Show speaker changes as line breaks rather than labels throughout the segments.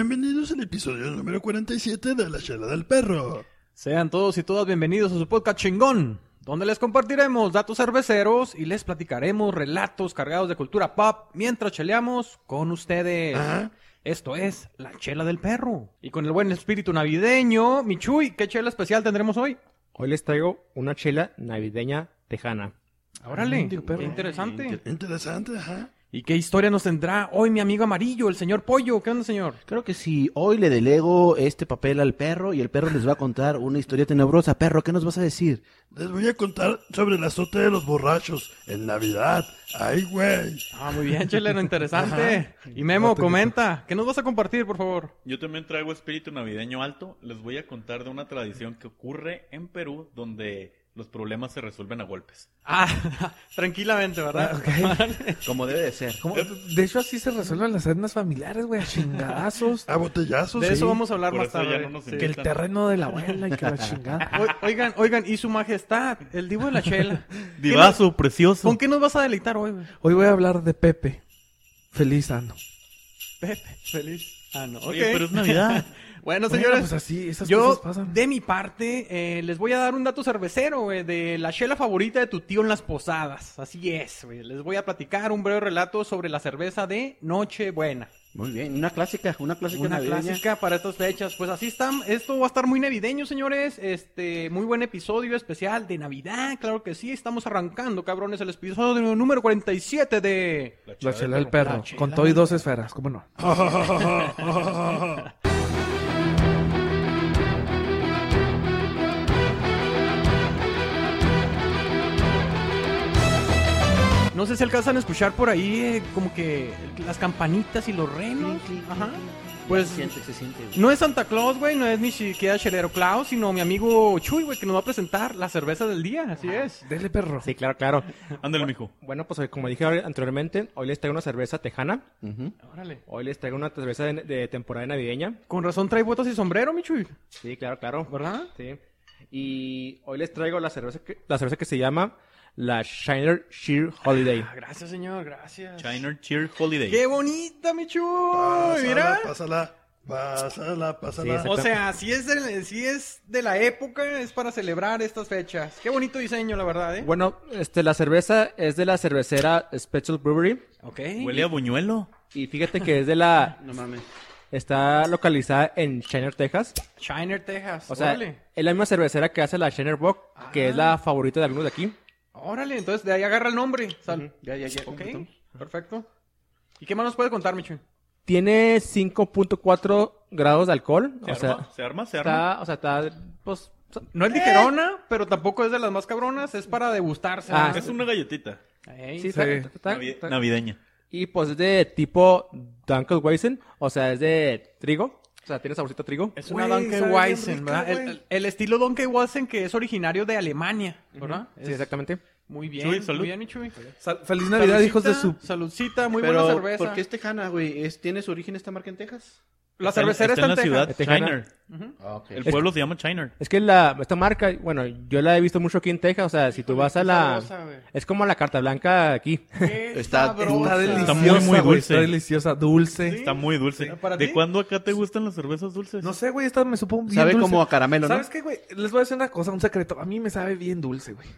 Bienvenidos al episodio número 47 de La Chela del Perro.
Sean todos y todas bienvenidos a su podcast chingón, donde les compartiremos datos cerveceros y les platicaremos relatos cargados de cultura pop mientras cheleamos con ustedes.
Ajá.
Esto es La Chela del Perro. Y con el buen espíritu navideño, Michuy, ¿qué chela especial tendremos hoy?
Hoy les traigo una chela navideña tejana.
Órale,
Indio, perro.
qué interesante.
Interesante, ajá.
¿Y qué historia nos tendrá hoy mi amigo amarillo, el señor Pollo? ¿Qué onda, señor?
Creo que si hoy le delego este papel al perro y el perro les va a contar una historia tenebrosa, perro, ¿qué nos vas a decir?
Les voy a contar sobre el azote de los borrachos en Navidad. ¡Ay, güey!
Ah, muy bien, chelero, interesante. Y Memo, comenta, ¿qué nos vas a compartir, por favor?
Yo también traigo espíritu navideño alto. Les voy a contar de una tradición que ocurre en Perú donde los problemas se resuelven a golpes.
Ah, tranquilamente, ¿verdad?
Como debe de ser.
¿Cómo? De hecho, así se resuelven las etnias familiares, güey, a chingadazos.
A botellazos.
De
sí.
eso vamos a hablar
Por
más
eso ya
tarde.
no nos
Sí.
que el terreno de la abuela y que la chingada.
O- Oigan, oigan, y su majestad, el divo de la chela.
Divazo, precioso.
¿Con qué nos vas a deleitar hoy, güey?
Hoy voy a hablar de Pepe. Feliz ano.
Pepe, feliz. Ah, no, ok.
Oye, pero es Navidad.
Bueno,
Bueno,
señores,
pues así, esas
yo,
cosas pasan.
de mi parte, eh, les voy a dar un dato cervecero, güey, de la chela favorita de tu tío en las posadas. Así es, güey. Les voy a platicar un breve relato sobre la cerveza de Nochebuena.
Muy bien, una clásica, una clásica
Una
navideña.
clásica para estas fechas. Pues así están. Esto va a estar muy navideño, señores. Este, muy buen episodio especial de Navidad. Claro que sí, estamos arrancando, cabrones, el episodio número 47 de...
La chela del
La
perro.
chela
Con todo y dos esferas, ¿cómo no?
No sé si alcanzan a escuchar por ahí eh, como que las campanitas y los renos. Ajá. Pues
Se siente, se siente. güey.
no es Santa Claus, güey, no es ni siquiera Chelero Claus, sino mi amigo Chuy, güey, que nos va a presentar la cerveza del día. Así es.
Dele perro.
Sí, claro, claro.
Ándale, mijo.
Bueno, pues como dije anteriormente, hoy les traigo una cerveza tejana.
Ujú.
Órale.
Hoy les traigo una cerveza de, de temporada navideña.
Con razón trae botas y sombrero, mi Chuy.
Sí, claro, claro.
¿Verdad?
Sí. Y hoy les traigo la cerveza que, la cerveza que se llama la Shiner Sheer Holiday.
Ah, gracias, señor, gracias.
China Cheer Holiday.
¡Qué bonita, Michu!
Pásala,
Mira.
Pásala, pásala,
Sí,
pásala.
exacto.
O sea, si es, de, si es de la época, es para celebrar estas fechas. Qué bonito diseño, la verdad, ¿eh?
Bueno, este, la cerveza es de la cervecera Special Brewery.
Ok.
Huele a buñuelo.
Y fíjate que es de la...
No mames.
Está localizada en Shiner, Texas.
Shiner, Texas.
O sea,
órale.
es la misma cervecera que hace la Shiner Bock, que es la favorita de algunos de aquí.
Órale, entonces de ahí agarra el nombre. Sal.
Ya, ya, ya.
Ok,
completamos.
perfecto. ¿Y qué más nos puede contar, Michu?
Tiene 5.4 grados de alcohol.
¿Se,
o,
arma?
sea,
¿Se arma? ¿Se arma?
está, o sea, está, pues...
No es ligerona, pero tampoco es de las más cabronas. Es para degustarse.
Ah,
¿no?
Es una galletita
Ey,
Sí, está-
Sí.
está- está-
navi-
está-
navideña.
Y pues es de tipo Dunkelweizen, o sea, es de trigo. O sea, tiene saborcito a trigo.
Es una
Güey,
Donkey
sabe bien
Weizen,
rica,
¿verdad? El,
güey.
el- el estilo Donkey Weizen que es originario de Alemania, ¿verdad?
Sí,
Es-
exactamente.
Muy bien,
Chuy,
muy
salud.
bien, mi Chuy.
Sal- feliz Navidad, hijos de su.
Saludcita, muy
Pero,
buena cerveza.
¿por qué es tejana, güey? ¿Es- ¿Tiene su origen esta marca en Texas?
La cervecera está, en,
la
Texas.
Texas.
ciudad. Shiner.
Ah, ok.
El pueblo se llama Shiner.
Es que la, esta marca, bueno, yo la he visto mucho aquí en Texas, o sea, si tú vas a la...
sabrosa, güey.
Es como la carta blanca aquí.
Qué
Está-
sabrosa.
Está deliciosa.
muy, muy
güey,
dulce.
Está deliciosa, dulce.
Está muy dulce.
¿Para
¿De
ti?
cuándo acá te gustan las cervezas dulces?
No sé, güey, esta me supo bien
Sabe
dulce.
como a caramelo, ¿no?
¿Sabes qué, güey? Les voy a decir una cosa, un secreto. A mí me sabe bien dulce, güey.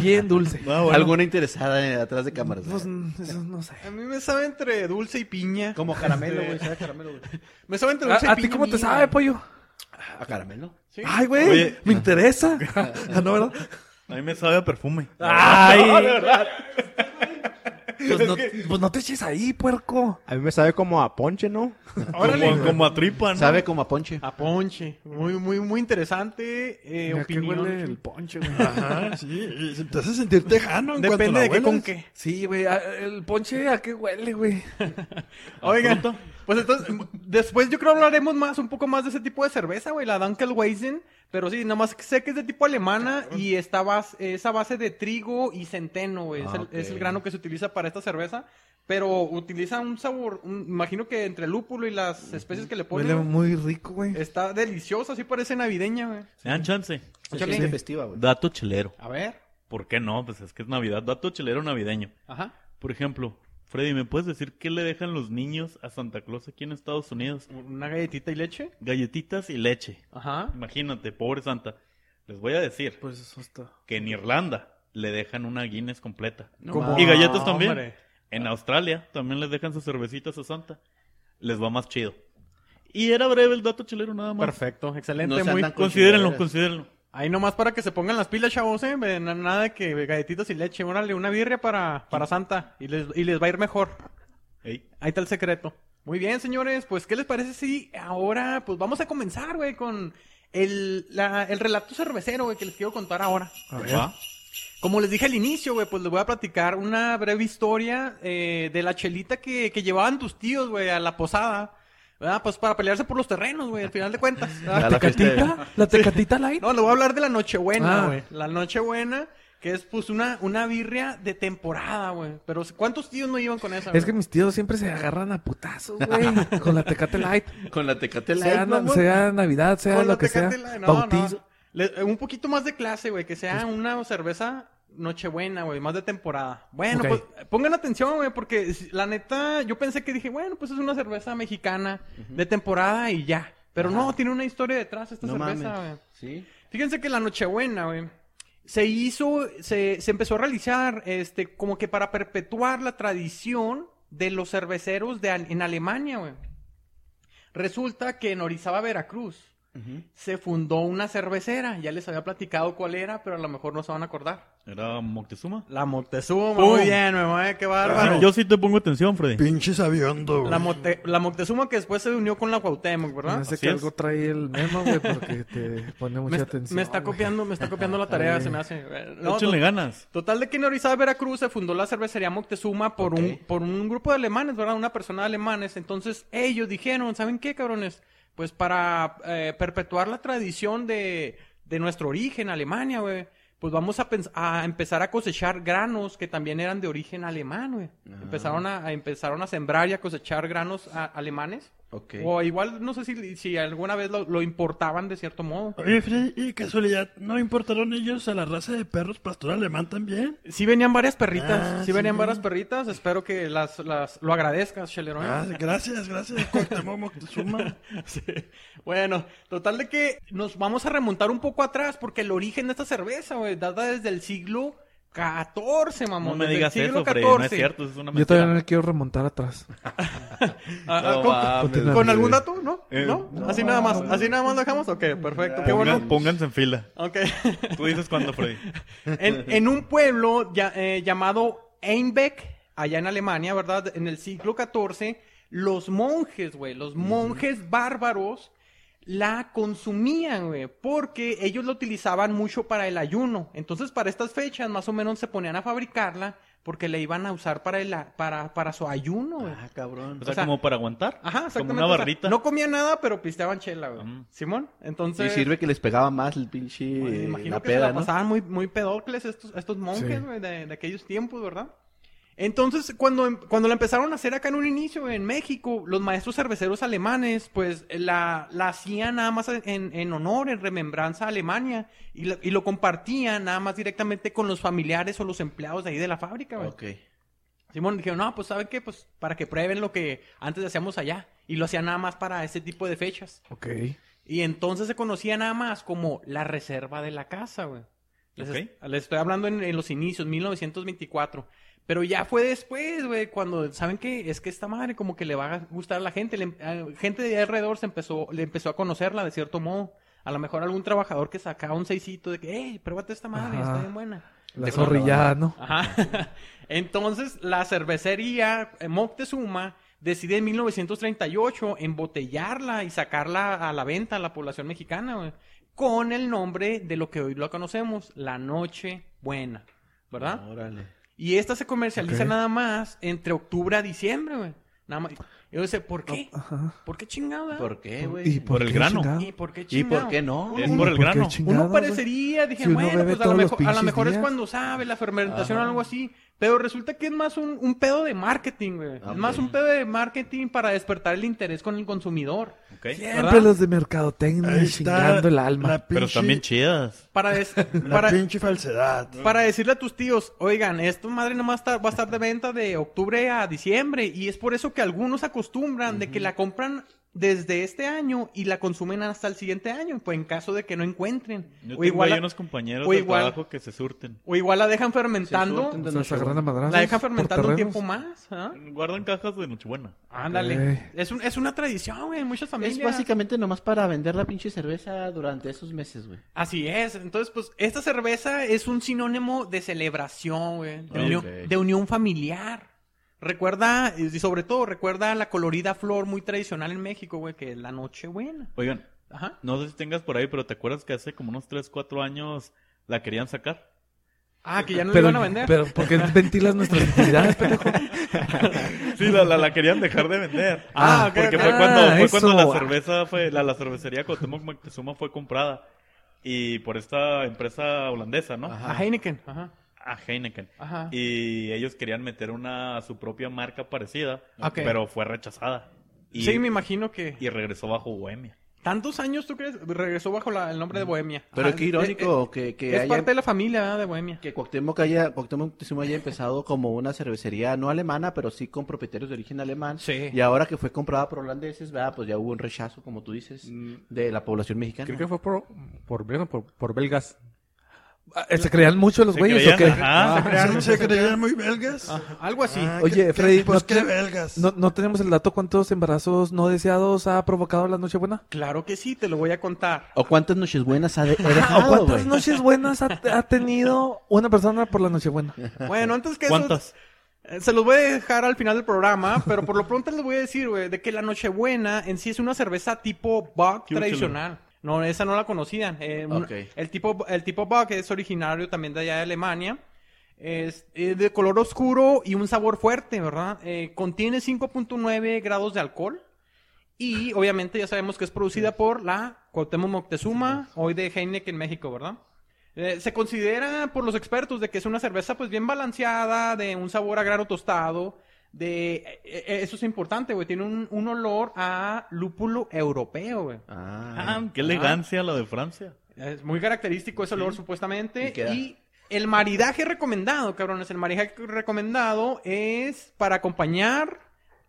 Bien dulce.
Ah, bueno.
Alguna interesada eh, atrás de cámaras.
Pues,
güey.
mm, eso no sé.
A mí me sabe entre dulce y piña.
Como caramelo, güey. ¿Sabe a caramelo, güey?
Me sabe entre dulce
¿A,
y
a
piña.
ti cómo te
mía.
sabe, pues? pollo?
¿A caramelo?
Sí.
Ay, güey,
Oye.
me interesa. Ah, no, ¿verdad?
A mí me sabe a perfume.
¡Ay!
Pues no, pues no te eches ahí, puerco.
A mí me sabe como a ponche, ¿no?
Como, como a tripa, ¿no?
Sabe como a ponche.
A ponche. Muy, muy, muy interesante eh,
Mira, qué huele el
opinión.
ponche, güey.
Ajá, sí. y se Te hace sentir tejano en cuanto
Depende
la
de qué
hueles.
con qué.
Sí, güey, a- el ponche a qué huele, güey.
Oigan, pues entonces, después yo creo hablaremos más, un poco más de ese tipo de cerveza, güey, la Dunkelweizen. Pero sí, nada más sé que es de tipo alemana y está bas- es a base de trigo y centeno, güey. es,
Ah,
el, es el
ok.
grano que se utiliza para esta cerveza. Pero utiliza un sabor, un- imagino que entre el lúpulo y las especies que le
Huele
ponen. güey,
muy rico, güey.
Está deliciosa, sí parece navideña, güey.
Se dan chance.
Se
Échale.
siente festiva, güey.
Dato chelero.
A ver.
¿Por qué no? Pues es que es Navidad. Dato chelero navideño.
Ajá.
Por ejemplo, Freddy, ¿me puedes decir qué le dejan los niños a Santa Claus aquí en Estados Unidos?
Una galletita y leche.
Galletitas y leche.
Ajá.
Imagínate, pobre Santa. Les voy a decir
Pues eso está.
que en Irlanda le dejan una Guinness completa.
Como-
Y galletas también.
Hombre.
En Australia también les dejan sus cervecitas a Santa. Les va más chido. Y era breve el dato chilero nada más.
Perfecto, excelente.
No sean
muy...
tan
Considérenlo, considérenlo.
Ahí nomás para que se pongan las pilas, chavos, ¿eh? Na- Nada de que galletitas y leche. Órale, una birria para, para Santa y les, y les va a ir mejor.
Ey,
Ahí está el secreto. Muy bien, señores. Pues, ¿qué les parece si ahora, pues, vamos a comenzar, güey, con el, la- el relato cervecero, güey, que les quiero contar ahora.
¿Eh?
¿va?
Como les dije al inicio, güey, pues les voy a platicar una breve historia eh, de la chelita que, que llevaban tus tíos, güey, a la posada. ¿Verdad? Pues para pelearse por los terrenos, güey, al final de cuentas. ¿verdad?
la fiesta de-
¿Tecatita? ¿La tecatita light?
No, le voy a hablar de la Nochebuena,
Ah.
güey. La Nochebuena, que es pues una, una birria de temporada, güey. Pero ¿cuántos tíos no iban con esa?
Es que
güey?
mis tíos siempre se agarran a putazos, güey. con la tecate light.
Con la tecate
Sea, na-
mamón.
sea Navidad, sea
Con
lo
la
que sea.
Tecate Light, no,
bautizo.
no. Le- eh, un poquito más de clase, güey, que sea una cerveza Nochebuena, güey, más de temporada. Bueno,
Ok.
pues eh, pongan atención, güey, porque s- la neta, yo pensé que dije, bueno, pues es una cerveza mexicana de temporada y ya. Pero no, tiene una historia detrás esta
No
cerveza,
mames.
güey.
Sí.
Fíjense que la Nochebuena, güey, se hizo, se, se empezó a realizar, este, como que para perpetuar la tradición de los cerveceros de, Al- en Alemania, güey. Resulta que en Orizaba, Veracruz, se fundó una cervecera. Ya les había platicado cuál era, pero a lo mejor no se van a acordar.
¿Era Moctezuma?
La Moctezuma.
¡Pum!
Muy bien, me mueve, qué bárbaro.
Yo sí te pongo atención, Freddy.
Pinche sabiendo,
La,
güey.
Mote- la Moctezuma que después se unió con la Cuauhtémoc, ¿verdad?
No sé
Así
que
es.
algo trae el memo, güey, porque te pone mucha
Ah, me, est-
atención.
me está
güey.
copiando, me está copiando la tarea, se me hace. No,
Échenle ganas.
Total de que en Orizaba, Veracruz, se fundó la cervecería Moctezuma por, un, por un grupo de alemanes, ¿verdad? Una persona de alemanes. Entonces ellos dijeron, ¿saben qué, cabrones? Pues para eh, perpetuar la tradición de, de nuestro origen, Alemania, güey. Pues vamos a, pens- a empezar a cosechar granos que también eran de origen alemán, güey. Empezaron a, a- empezaron a sembrar y a cosechar granos a- alemanes.
Ok.
O igual, no sé si, si alguna vez lo, lo importaban de cierto modo.
Oye, Freddy, y casualidad, ¿no importaron ellos a la raza de perros pastor alemán también?
Sí venían varias perritas,
Ah,
sí,
sí,
venían
sí.
varias perritas, espero que las, las lo agradezcas, Chelerón.
Ah, gracias, gracias, Cuauhtémoc Moctezuma.
Sí. Bueno, total de que nos vamos a remontar un poco atrás, porque el origen de esta cerveza, güey, data desde el siglo XIV,
No
mamón.
me
desde el
digas
siglo
eso, Freddy. No es
XIV.
cierto, eso es una
Yo todavía no
mentira.
le quiero remontar atrás.
Ah, ah,
No
¿con,
mames,
con-
güey.
con algún dato? ¿No?
Eh,
¿No? Así nada más, así nada más lo dejamos. Ok,
Ah,
perfecto, qué
Pongan-
bueno.
Pónganse en fila.
Ok.
Tú dices cuándo, Freddy.
en, en un pueblo ya- eh, llamado Einbeck, allá en Alemania, ¿verdad? En el siglo XIV, los monjes, güey, los monjes bárbaros la consumían, güey, porque ellos la utilizaban mucho para el ayuno. Entonces, para estas fechas, más o menos se ponían a fabricarla porque la iban a usar para, el, a- para, para su ayuno, güey.
Ah, cabrón.
O sea,
O sea, ah,
como para aguantar.
Ajá,
Como
exactamente.
una
o sea,
barrita.
no comían nada, pero pisteaban chela, güey.
Mm.
Simón,
Sí,
entonces...
sirve que les pegaba más el pinche
Pues,
eh,
me imagino
la
que se
peda,
la
¿no?
pasaban muy, muy pedocles estos, estos monjes,
Sí.
güey, de, de aquellos tiempos, ¿verdad? Entonces, cuando, em- cuando la empezaron a hacer acá en un inicio, en México, los maestros cerveceros alemanes, pues, la, la hacían nada más en, en honor, en remembranza a Alemania, y, la- y lo compartían nada más directamente con los familiares o los empleados de ahí de la fábrica, güey.
Ok.
Simón dijeron, no, pues, ¿saben qué? Pues, para que prueben lo que antes hacíamos allá. Y lo hacían nada más para ese tipo de fechas.
Ok.
Y entonces se conocía nada más como la reserva de la casa, güey. Les, es- les estoy hablando en, en los inicios, 1924. Pero ya fue después, güey, cuando, ¿saben qué? Es que esta madre como que le va a gustar a la gente. Le em- a- gente de alrededor se empezó, le empezó a conocerla de cierto modo. A lo mejor algún trabajador que sacaba un seisito de que, hey, pruébate esta madre,
Ajá.
está bien buena.
La
Te-
zorrillada, ¿no?
Ajá. Entonces, la cervecería eh, Moctezuma decide en 1938 embotellarla y sacarla a la venta a la población mexicana, güey, con el nombre de lo que hoy lo conocemos, la Noche Buena, ¿verdad?
Órale.
Y esta se comercializa
Ok.
nada más entre octubre a diciembre, güey. Nada más. Yo sé, ¿por qué?
Ajá.
¿por qué chingada?
¿Por qué, güey?
¿Y
por el
qué,
grano.
chingado?
¿Y por qué
¿Y
chingada?
por qué no?
Es por el
qué
grano.
chingado,
Uno
güey?
parecería, dije,
Si uno
bueno,
bebe
pues a lo,
todos los
mejor, a lo
pinches
mejor es
días.
cuando sabe la fermentación o algo así, Pero resulta que es más un, un pedo de marketing, güey.
Ah,
Es más
ok.
un pedo de marketing para despertar el interés con el consumidor.
¿ok?
Siempre
¿Verdad?
los de mercadotecnia
Ahí está
chingando el alma.
La pinche,
Pero también chidas.
Para, des-
la
para,
pinche falsedad.
para decirle a tus tíos, oigan, esto madre nomás está- va a estar de venta de octubre a diciembre. Y es por eso que algunos acostumbran de que la compran desde este año y la consumen hasta el siguiente año, pues en caso de que no encuentren.
Yo
O
tengo
igual,
ahí
la-
unos compañeros
o
de
igual-
trabajo que se surten.
o igual la dejan fermentando.
surten
Se las agarran a madrazos
La dejan
por
fermentando un
terrenos.
tiempo más. ¿ah?
Guardan cajas de Nochebuena.
Ándale.
Ok.
Es, un- es una tradición, güey, en muchas familias.
Es básicamente nomás para vender la pinche cerveza durante esos meses, güey.
Así es. Entonces, pues, esta cerveza es un sinónimo de celebración, güey. De,
Ah,
unión,
ok.
de unión familiar. Recuerda, y sobre todo, recuerda la colorida flor muy tradicional en México, güey, que es la Nochebuena.
Oigan,
Ajá.
no sé si tengas por ahí, pero ¿te acuerdas que hace como unos 3, 4 años la querían sacar?
Ah, que ya no la
Pero,
iban a vender.
pero porque ventilas nuestras actividades, pendejo.
Sí, la, la, la querían dejar de vender.
Ah, ok,
Porque
ok.
fue cuando,
Ah,
fue cuando
eso.
la cerveza fue, la, la cervecería Cuauhtémoc Moctezuma fue comprada. Y por esta empresa holandesa, ¿no?
A Heineken. Ajá.
A Heineken.
Ajá.
Y ellos querían meter una, su propia marca parecida,
Ok.
pero fue rechazada. Y,
Sí, me imagino que.
y regresó bajo Bohemia.
¿Tantos años tú crees? Regresó bajo la- el nombre de Bohemia.
Pero
Ajá.
qué
Eh, eh,
irónico que, que
es
hayan-
parte de la familia ¿verdad? de Bohemia.
que Cuauhtémoc haya, Cuauhtémoc Moctezuma haya empezado como una cervecería no alemana, pero sí con propietarios de origen alemán.
Sí.
Y ahora que fue comprada por holandeses, ¿verdad? pues ya hubo un rechazo, como tú dices, de la población mexicana.
Creo que fue por, por, bueno, por, por belgas.
Ah, ¿Se creían mucho los
Se
güeyes o
creían,
qué?
Ah,
ajá, se
¿Se, se creían muy belgas?
Ajá, Algo así.
Ah,
Oye,
¿qué-
Freddy,
qué- pues
¿no
qué
tiene-
belgas.
¿No, no tenemos el dato cuántos embarazos no deseados ha provocado la Nochebuena?
Claro que sí, te lo voy a contar.
¿O cuántas noches buenas ha, de- ha
Ah,
¿O
dejado,
cuántas
güey?
noches buenas ha, ha tenido una persona por la Nochebuena?
Bueno, antes que eso,
¿Cuántas?
Eh, Se los voy a dejar al final del programa, pero por lo pronto les voy a decir, güey, de que la Nochebuena en sí es una cerveza tipo Buck
Qué
tradicional. No, esa no la conocían. Eh, un-
Ok.
el, tipo, el tipo Buck es originario también de allá de Alemania. Es, eh, de color oscuro y un sabor fuerte, ¿verdad? Eh, contiene 5.9 grados de alcohol. Y obviamente ya sabemos que es producida por la Cuauhtémoc Moctezuma, hoy de Heineken México, ¿verdad? Eh, se considera por los expertos de que es una cerveza pues bien balanceada, de un sabor a grano tostado, de eh, eh, eso es importante, güey, tiene un, un olor a lúpulo europeo, güey.
Ah,
Ah, qué elegancia la de Francia.
Es muy característico ese olor supuestamente
¿Y qué da?
y el maridaje recomendado, cabrones, el maridaje recomendado es para acompañar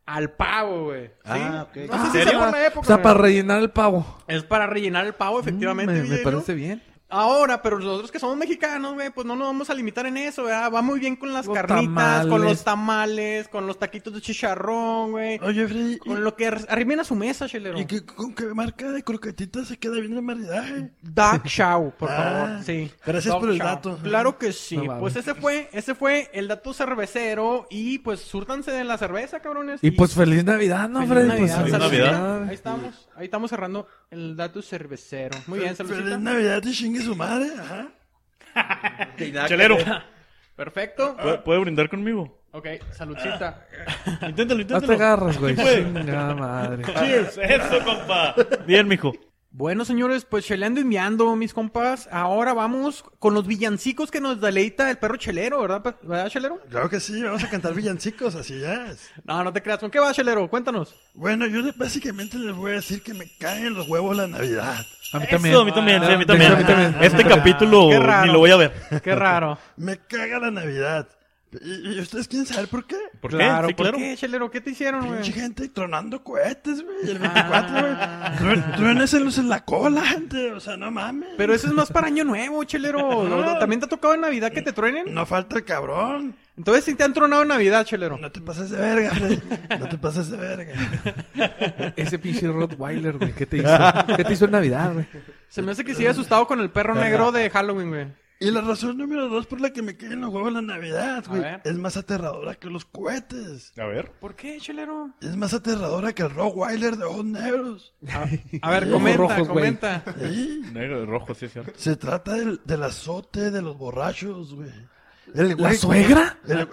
al pavo, güey. ¿sí?
Ah, ok.
No
Ah,
sé si sea
¿serio?
por la época.
O sea,
güey.
para rellenar el pavo.
Es para rellenar el pavo, efectivamente.
Mm, me- me,
Villelo.
parece bien.
Ahora, pero nosotros que somos mexicanos, güey, pues no nos vamos a limitar en eso, ¿verdad? Va muy bien con las
Los
carnitas, con
tamales.
los tamales, con los taquitos de chicharrón, güey.
Oye, Freddy, ¿y,
Con lo que ar- arrimen a su mesa, chelero.
y qué- con qué marca de croquetitas se queda bien el maridaje?
Dark Show, por
Ah,
favor. Sí.
gracias
Dark
por el
Shaw.
dato.
Claro que sí.
No mames.
pues ese fue, ese fue el dato cervecero y pues súrtanse de la cerveza, cabrones.
Y pues feliz Navidad, ¿no,
Feliz
Freddy? Pues,
Navidad,
Feliz
saludcita.
Navidad.
Ahí estamos, ahí estamos cerrando el dato cervecero. Muy bien,
Feliz
saludcita.
Navidad y chingue su madre. Ajá.
Ah,
Chelero,
Perfecto.
¿puede, puede brindar conmigo?
Ok, saludcita.
Inténtalo,
Hazte
inténtalo.
garras, güey.
Pues.
güey.
Chingada madre.
Cheers, eso, compa. Bien, mijo.
Bueno, señores, pues cheleando y meando, mis compas. Ahora vamos con los villancicos que nos deleita el perro chelero, ¿verdad, pe- ¿verdad chelero?
Claro que sí, vamos a cantar villancicos, así es.
No, no te creas. ¿Con qué va, chelero? Cuéntanos.
Bueno, yo les- básicamente les voy a decir que me caen los huevos la Navidad.
A mí
Eso, a mí también, Ah, sí, a mí también.
A mí también.
Este capítulo
Qué raro.
ni lo voy a ver.
Qué raro.
Me caga la Navidad. ¿Y, y ustedes quieren saber por qué?
¿Por qué?
Claro,
Sí,
¿por
claro.
qué, chelero? ¿Qué te hicieron,
Pinche
güey?
gente tronando cohetes, güey. El 24, güey. Truen- Truenes en luz en la cola, gente. O sea, no mames.
Pero eso es más para Año Nuevo, chelero. ¿No- no- ¿También te ha tocado en Navidad que te truenen?
No falta el cabrón.
Entonces sí te han tronado en Navidad, chelero.
No te pases de verga, Freddy. No te pases de verga.
Ese pinche Rottweiler, güey. ¿Qué te hizo? ¿Qué te hizo en Navidad, güey?
Se me hace que sigue asustado con el perro negro de Halloween, güey.
Y la razón número dos por la que me caen los huevos la Navidad, güey,
ver.
es más aterradora que los cohetes.
A ver.
¿Por qué, chelero?
Es más aterradora que el Rottweiler de ojos negros.
A ver,
Ojos
comenta,
rojos, güey.
comenta.
Sí.
Negro, rojo, sí es cierto.
Se trata del, del azote de los borrachos, güey. El
¿La
güey-
suegra?
el-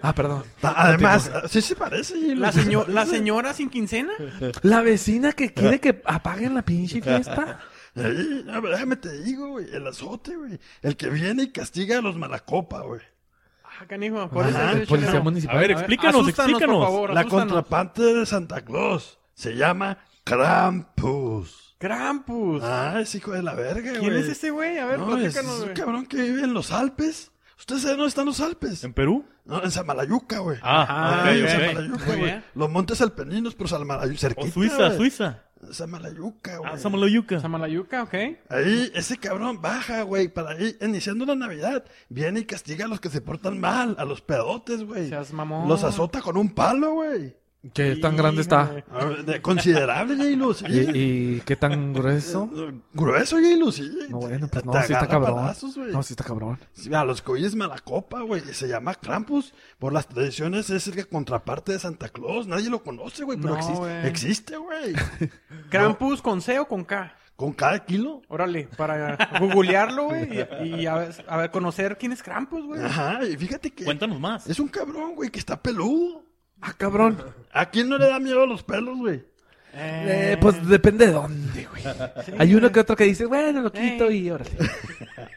Ah, perdón.
además, sí se parece.
¿La, seño- ¿La señora sin quincena?
¿La vecina que quiere que apaguen la pinche fiesta?
Sí, no, pero déjame te digo, güey, el azote, güey. El que viene y castiga a los malacopa, güey.
Ah, canijo, ¿cuál es
Ajá,
ese?
policía
Chenao?
municipal.
A ver,
A ver,
explícanos,
asústanos,
explícanos.
Por favor,
La
asústanos.
contraparte de Santa Claus se llama Krampus.
Krampus.
Ah, es hijo de la verga, güey.
¿Quién es ese güey? A ver,
No, es,
platícanos,
es un
güey.
cabrón que vive en los Alpes. ¿Ustedes saben dónde están los Alpes?
¿En Perú?
No, en Samalayuca, güey.
Ah,
Ah,
ok,
en
ok.
Samalayuca,
Muy
güey.
bien.
Los montes alpeninos, pero Samalayuca, cerquita,
O Suiza,
güey.
Suiza.
Samalayuca, güey.
Ah, Samalayuca.
Samalayuca, ok.
Ahí, ese cabrón baja, güey, para ahí, iniciando la Navidad. Viene y castiga a los que se portan mal, a los pedotes, güey.
Seas mamón.
Los azota con un palo, güey.
¿Qué tan grande está?
A ver, de- Considerable, Jay Luz.
¿Y, y qué tan grueso?
Grueso, Jay Luz, sí.
No, bueno, pues
Te
no, sí está
agarra
cabrón.
balazos, güey.
No, sí está cabrón.
Sí, A los coyes mala copa, güey. Se llama Krampus. Por las tradiciones es el que contraparte de Santa Claus. Nadie lo conoce, güey, pero
No,
existe,
güey.
existe, güey.
Krampus con C o con K.
Con cada kilo.
Órale, para googlearlo, güey, y, y a, ver- a ver, conocer quién es Krampus, güey.
Ajá, y fíjate que
Cuéntanos más.
es un cabrón, güey, que está peludo.
Ah, cabrón.
¿A quién no le da miedo los pelos, güey?
Eh, pues depende de dónde, güey. Hay uno que otro que dice, bueno, lo quito
Eh.
y órale.
Ese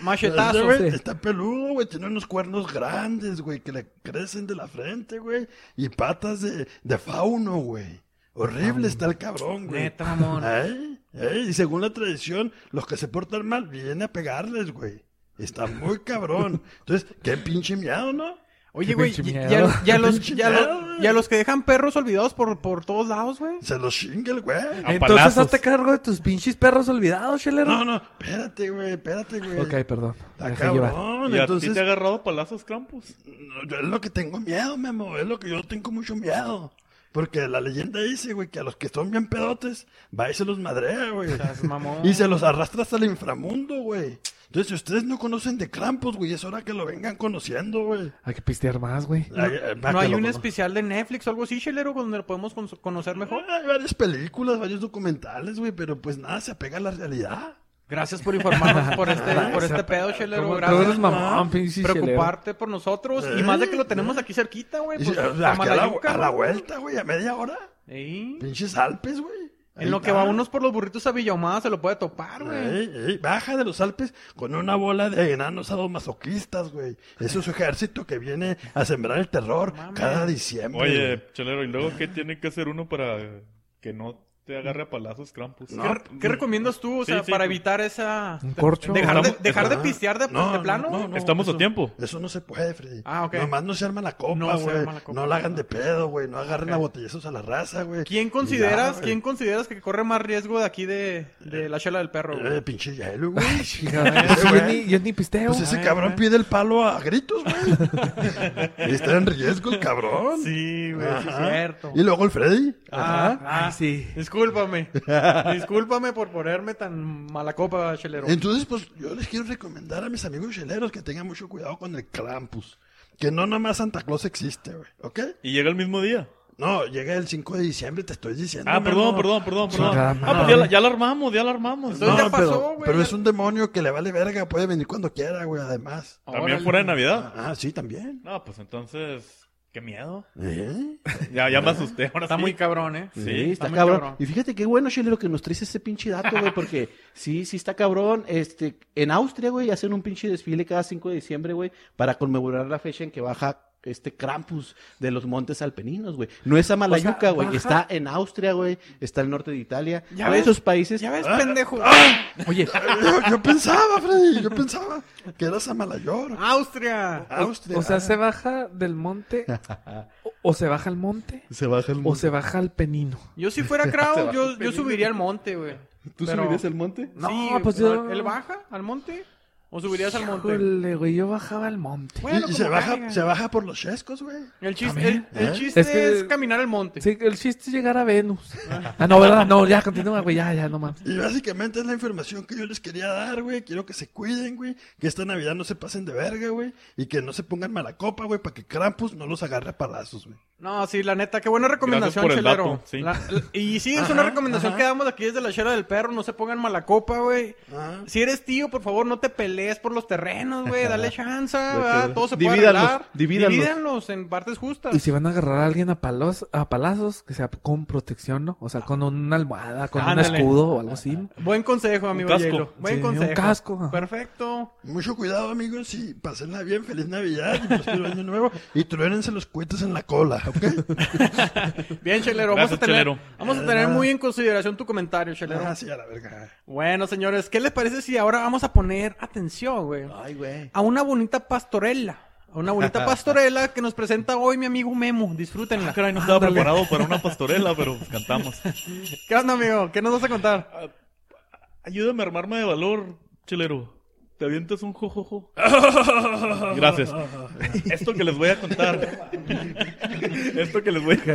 Machetazo.
Pues, güey
sí.
Está peludo, güey. Tiene unos cuernos grandes, güey, que le crecen de la frente, güey. Y patas de, de fauno, güey. Horrible está el cabrón, güey.
Neta, mamón.
Ay, ay, y según la tradición, los que se portan mal vienen a pegarles, güey. Está muy cabrón. Entonces, qué pinche miedo, ¿no?
Oye,
Qué
güey,
pinche
ya,
miedo.
ya- ya los,
pinche
ya,
miedo,
los-
güey.
ya los que dejan perros olvidados por, por todos lados, güey.
Se los chingue el güey.
A
Entonces
palazos.
hazte cargo de tus pinches perros olvidados, chelero.
No, no, espérate, güey, espérate, güey.
Ok, perdón.
Está
Me dejé llevar.
cabrón.
¿Y a ti
Entonces,
te ha agarrado palazos, Krampus?
no, yo es lo que tengo miedo, Memo. Es lo que yo tengo mucho miedo. Porque la leyenda dice, güey, que a los que son bien pedotes, va y se los madrea, güey.
Seas mamón.
Y se los arrastra hasta el inframundo, güey. Entonces, si ustedes no conocen de Krampus, güey, es hora que lo vengan conociendo, güey.
Hay que pistear más, güey.
Ay, eh, va
¿No
que
hay
lo
un
conozcan.
especial de Netflix o algo así, chelero, donde lo podemos con- conocer mejor?
Hay varias películas, varios documentales, güey, pero pues nada se apega a la realidad.
Gracias por informarnos por este, por este pedo, chelero.
¿Cómo tú
Gracias
eres
Ah,
mamón, pinche
por
chelero?
preocuparte por nosotros. Y más de que lo tenemos aquí cerquita, güey.
Y
Pues,
si- a, la, a la-
Samalayuca,
a la
güey.
vuelta, güey, a media hora.
Ey.
Pinches Alpes, güey. Ahí
En lo que
está.
va unos por los burritos a Villahumada se lo puede topar, güey.
Ey, ey, baja de los Alpes con una bola de enanos masoquistas, güey. Es su ejército que viene a sembrar el terror
Mames.
cada diciembre. güey.
Oye, chelero, ¿y luego qué tiene que hacer uno para que no te agarre a palazos, Krampus?
No,
¿Qué, qué recomiendas tú, o
Sí,
sea,
sí,
para
pues-
evitar esa...
Un corcho.
Dejar de,
Estamos-
dejar de
Ah,
pistear de,
no,
de plano,
no,
güey.
no,
Estamos a
eso-
tiempo.
Eso no se puede, Freddy.
Ah, ok.
Nomás no se arma la copa,
No se
güey.
arma la copa.
No la hagan de pedo, güey. No agarren
Ok.
a botellazos a la raza, güey.
¿Quién
Ya,
consideras,
güey.
quién consideras que corre más riesgo de aquí de, de la chela del perro,
Eh,
güey?
pinche hielo, güey.
Pues
Ese
yo,
güey.
ni, yo ni pisteo.
Pues ese
Ay,
cabrón
güey.
pide el palo a gritos, güey. Y está en riesgo el cabrón.
Sí, güey, sí es
Ajá.
cierto.
Y luego el Freddy.
Ah, ah,
sí.
Discúlpame. Discúlpame por ponerme tan mala copa, chelero.
Entonces, pues yo les quiero recomendar a mis amigos cheleros que tengan mucho cuidado con el Krampus. Que no nomás Santa Claus existe, güey. ¿Ok?
Y llega el mismo día.
No, llega el 5 de diciembre, te estoy diciendo.
Ah,
mi
perdón,
amor.
perdón, perdón, perdón.
Chingada
Ah, pues
madre.
ya la, ya la armamos, ya la armamos.
Entonces,
No,
ya pasó,
pero,
güey,
pero
ya-
es un demonio que le vale verga, puede venir cuando quiera, güey, además.
También
Órale.
fuera de Navidad.
Ah, sí, también.
No, pues entonces, qué miedo.
¿Eh?
Ya, ya me asusté, ahora
Está
sí.
muy cabrón, ¿eh?
Sí,
Sí.
está,
está muy
cabrón.
cabrón.
Y fíjate qué bueno, Chilero, que nos traes ese pinche dato, güey, porque sí, sí está cabrón. Este, en Austria, güey, hacen un pinche desfile cada 5 de diciembre, güey, para conmemorar la fecha en que baja este Krampus de los Montes Alpeninos, güey. No es a Malayuca, güey, está en Austria, güey, está al norte de Italia.
Ya
en
ves,
esos países.
Ya ves, pendejo.
Oye,
Yo, yo pensaba, Freddy, yo pensaba que eras a Malayor.
Austria.
Austria.
Ah, o sea, se baja del monte. O, o se baja al monte.
Se baja el
O se baja al penino.
Yo si fuera Crow, yo, yo subiría al monte, güey.
¿Tú
Pero-
subirías al monte?
No,
Sí,
pues yo.
¿Él baja al monte? ¿O subirías al monte?
Híjole, güey, yo bajaba al monte.
Y-
Bueno,
y
como
se baja,
caiga.
se baja por los chescos, güey.
El chiste, el,
También.
el
¿Eh?
chiste
Es
es,
que-
caminar al monte.
Sí, el chiste es llegar a Venus. Ah, no, ¿verdad? No, ya, continúa, güey, ya, ya, no mames.
Y básicamente es la información que yo les quería dar, güey. Quiero que se cuiden, güey. Que esta Navidad no se pasen de verga, güey. Y que no se pongan mala copa, güey, para que Krampus no los agarre a palazos, güey.
No, sí, la neta, qué buena recomendación,
Gracias por el
chelero.
dato, sí.
La- la- y sí, es una recomendación que damos aquí desde la chera del perro, no se pongan mala copa, güey.
Ah,
Si eres tío, por favor, no te pelees por los terrenos, güey, dale chance, ¿verdad? Todo se
Divídanlos,
puede arreglar.
divídanlos.
Divídanlos en partes justas.
Y si van a agarrar a alguien a, palos, a palazos, que sea con protección, ¿no? O sea, con una almohada, con un
Ándale.
escudo o algo así. ¿no?
Buen consejo, amigo
casco.
Yelo. Buen
Sí, un
consejo.
casco.
Perfecto.
Mucho cuidado, amigos, y pásenla bien. Feliz Navidad y próspero año nuevo. Y truénense los cohetes en la cola, ¿ok?
Bien, Chelero.
Gracias,
vamos a tener,
Chelero.
Vamos a
De
tener
nada.
muy en consideración tu comentario, Chelero.
Ah, sí, a la verga.
Bueno, señores, ¿qué les parece si ahora vamos a poner atención, güey?
Ay, güey.
A una bonita pastorela. A una bonita pastorela que nos presenta hoy mi amigo Memo. Disfrútenla.
Ah, Caray, no estaba preparado para una pastorela, pero pues, cantamos.
¿Qué onda, amigo? ¿Qué nos vas a contar?
Ayúdame a armarme de valor, chelero. Te avientas un jojojo. Gracias. Esto que les voy a contar. Esto que les voy a,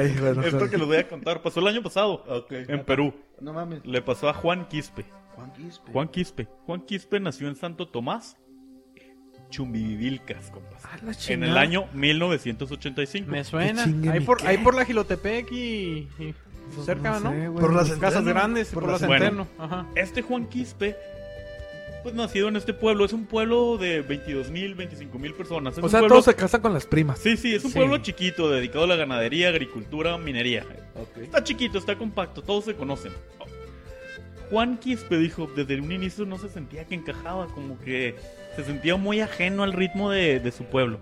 esto que les voy a contar. Pasó el año pasado en Perú.
No mames.
Le pasó a Juan Quispe.
Juan Quispe.
Juan Quispe. Juan Quispe nació en Santo Tomás, Chumbivilcas, compas.
A la
En
chingada.
el año 1985.
Me suena.
chingue
Ahí
mi
por,
qué.
ahí por la Gilotepec y, y
Pues
cerca, ¿no?
sé, güey.
Por las
Pues,
Casas
Centeno.
grandes, por,
Por
la
la
Centeno. Ajá.
Este Juan Quispe, pues nacido en este pueblo, es un pueblo de 22 mil, 25 mil personas. Es
O
un
sea,
pueblo-
todos se casan con las primas.
Sí, sí, es un
Sí.
pueblo chiquito dedicado a la ganadería, agricultura, minería. Está chiquito, está compacto, todos se conocen. Juan Quispe dijo, desde un inicio no se sentía que encajaba, como que se sentía muy ajeno al ritmo de, de su pueblo.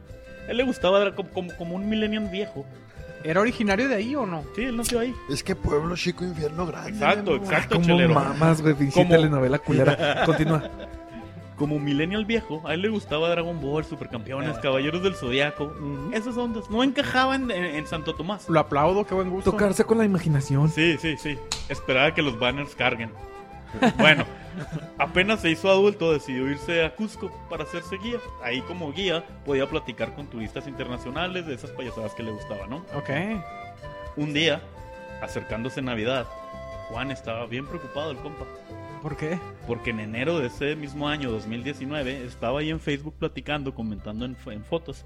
A él le gustaba, era como, como- como un millennium viejo.
¿Era originario de ahí o no?
Sí, él nació ahí.
Es que pueblo chico, infierno grande.
Exacto,
Memo.
exacto,
Ah, Como
chelero.
mamas, güey, pinche
Como-
telenovela culera. Continúa.
Como millennial viejo, a él le gustaba Dragon Ball, Supercampeones, Caballeros del Zodiaco. mm, Esas ondas no encajaban en, en Santo Tomás.
Lo aplaudo, qué buen gusto.
Tocarse con la imaginación.
Sí, sí, sí. Esperaba que los banners carguen. Bueno, apenas se hizo adulto, decidió irse a Cusco para hacerse guía. Ahí como guía podía platicar con turistas internacionales de esas payasadas que le gustaban, ¿no?
Ok.
Un día, acercándose Navidad, Juan estaba bien preocupado, el compa.
¿Por qué?
Porque en enero de ese mismo año, 2019, estaba ahí en Facebook platicando, comentando en, en fotos.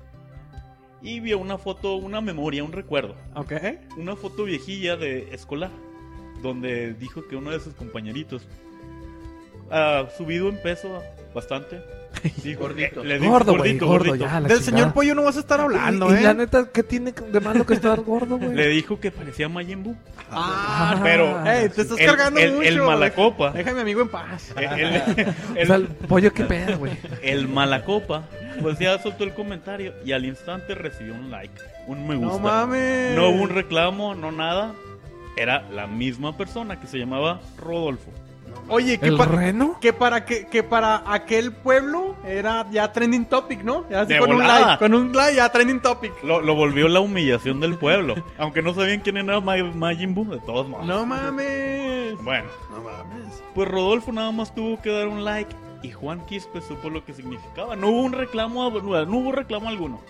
Y vio una foto, una memoria, un recuerdo
Ok.
una foto viejilla de escolar, donde dijo que uno de sus compañeritos ha subido en peso bastante. Dijo- eh,
Gordito.
le dijo,
Gordo, güey, gordo,
gordito".
ya. la
Del
chingada.
señor Pollo no vas a estar hablando,
Y- y la
¿eh?
neta, ¿qué tiene de malo que estar gordo, güey?
Le dijo que parecía Majin Buu.
Ah,
pero- eh,
Ey, te estás
el,
cargando
el-
mucho.
el malacopa.
Deja a mi amigo en paz.
El,
O
el-
sea, el pollo, qué pedo, güey.
el malacopa, pues ya soltó el comentario y al instante recibió un like, un me gusta.
No mames.
No hubo un reclamo, no nada. Era la misma persona que se llamaba Rodolfo.
Oye, que,
¿El
pa-
reno?
que para que, que para aquel pueblo era ya trending topic, ¿no? Ya así
De
con
volada.
un like, con un like ya trending topic.
Lo, lo volvió la humillación del pueblo. Aunque no sabían quién era Ma- Majin Buu, de todos modos.
No mames.
Bueno,
No mames.
pues Rodolfo nada más tuvo que dar un like y Juan Quispe supo lo que significaba. No hubo un reclamo, ah, no hubo reclamo alguno.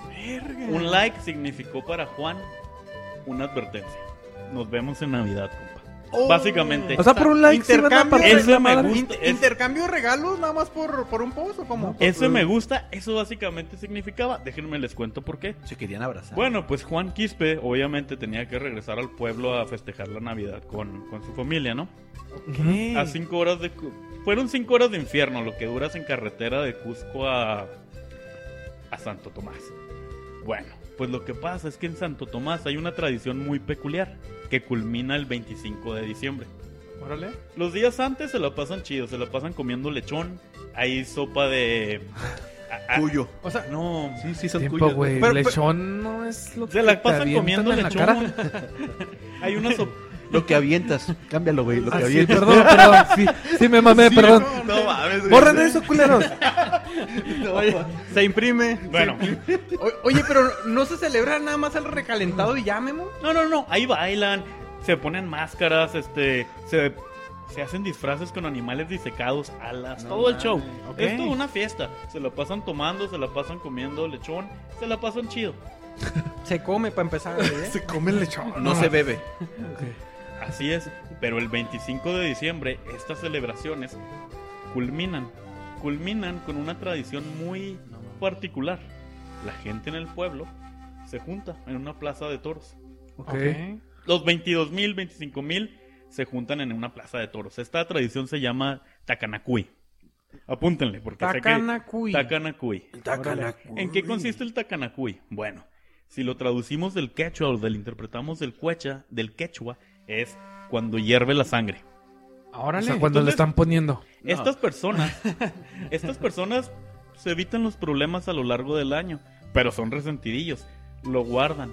Un like significó para Juan una advertencia. Nos vemos en Navidad, compa.
Oh.
Básicamente.
O sea, por un like se van a
intercambio,
pasar
Ese me
la madre.
gusta,
Inter-
es- pues,
intercambio de regalos nada más por, por un post o como.
Ese me gusta, eso básicamente significaba. Déjenme les cuento por qué.
Se querían abrazar.
Bueno, pues Juan Quispe obviamente tenía que regresar al pueblo a festejar la Navidad con, con su familia, ¿no? Eh,
Ujú.
A cinco horas de... Cu- Fueron cinco horas de infierno lo que duras en carretera de Cusco a... a Santo Tomás. Bueno, pues lo que pasa es que en Santo Tomás hay una tradición muy peculiar que culmina el 25 de diciembre.
Órale.
Los días antes se la pasan chido, se la pasan comiendo lechón, hay sopa de... a- a-
Cuyo.
O
Ah,
sea,
No,
Sí, sí, son
Tiempo,
cuyos.
güey.
Pero-
Lechón no es lo que
se la
te
pasan
avientan
comiendo
en la
lechón. hay una sopa...
Lo que avientas. Cámbialo, güey. Lo que
Ah, sí,
avientas.
perdón, perdón. Sí, sí me mamé, perdón.
No mames, güey.
Borren eso, culeros.
se imprime.
Bueno,
O- oye, pero no se celebra nada más el recalentado y ya, Memo.
No, no, no, ahí bailan, se ponen máscaras, este, se, se hacen disfraces con animales disecados, alas, todo el show.
ok.
Es toda una fiesta. Se la pasan tomando, se la pasan comiendo lechón, se la pasan chido.
Se come para empezar. ¿eh?
Se come el lechón.
No se bebe.
Así es, pero el 25 de diciembre estas celebraciones culminan, culminan con una tradición muy particular. La gente en el pueblo se junta en una plaza de toros
Ok.
Ok.
Los 22 mil, 25 mil se juntan en una plaza de toros. Esta tradición se llama Takanakui. Apúntenle, porque
Takanakui.
sé que... Takanakui.
Takanakui.
¿En qué consiste el Takanakui? Bueno, si lo traducimos del quechua o del interpretamos del quechua, del quechua es cuando hierve la sangre.
O
Órale.
sea, cuando le
entonces-
están poniendo.
Estas personas, estas personas se evitan los problemas a lo largo del año, pero son resentidillos, lo guardan,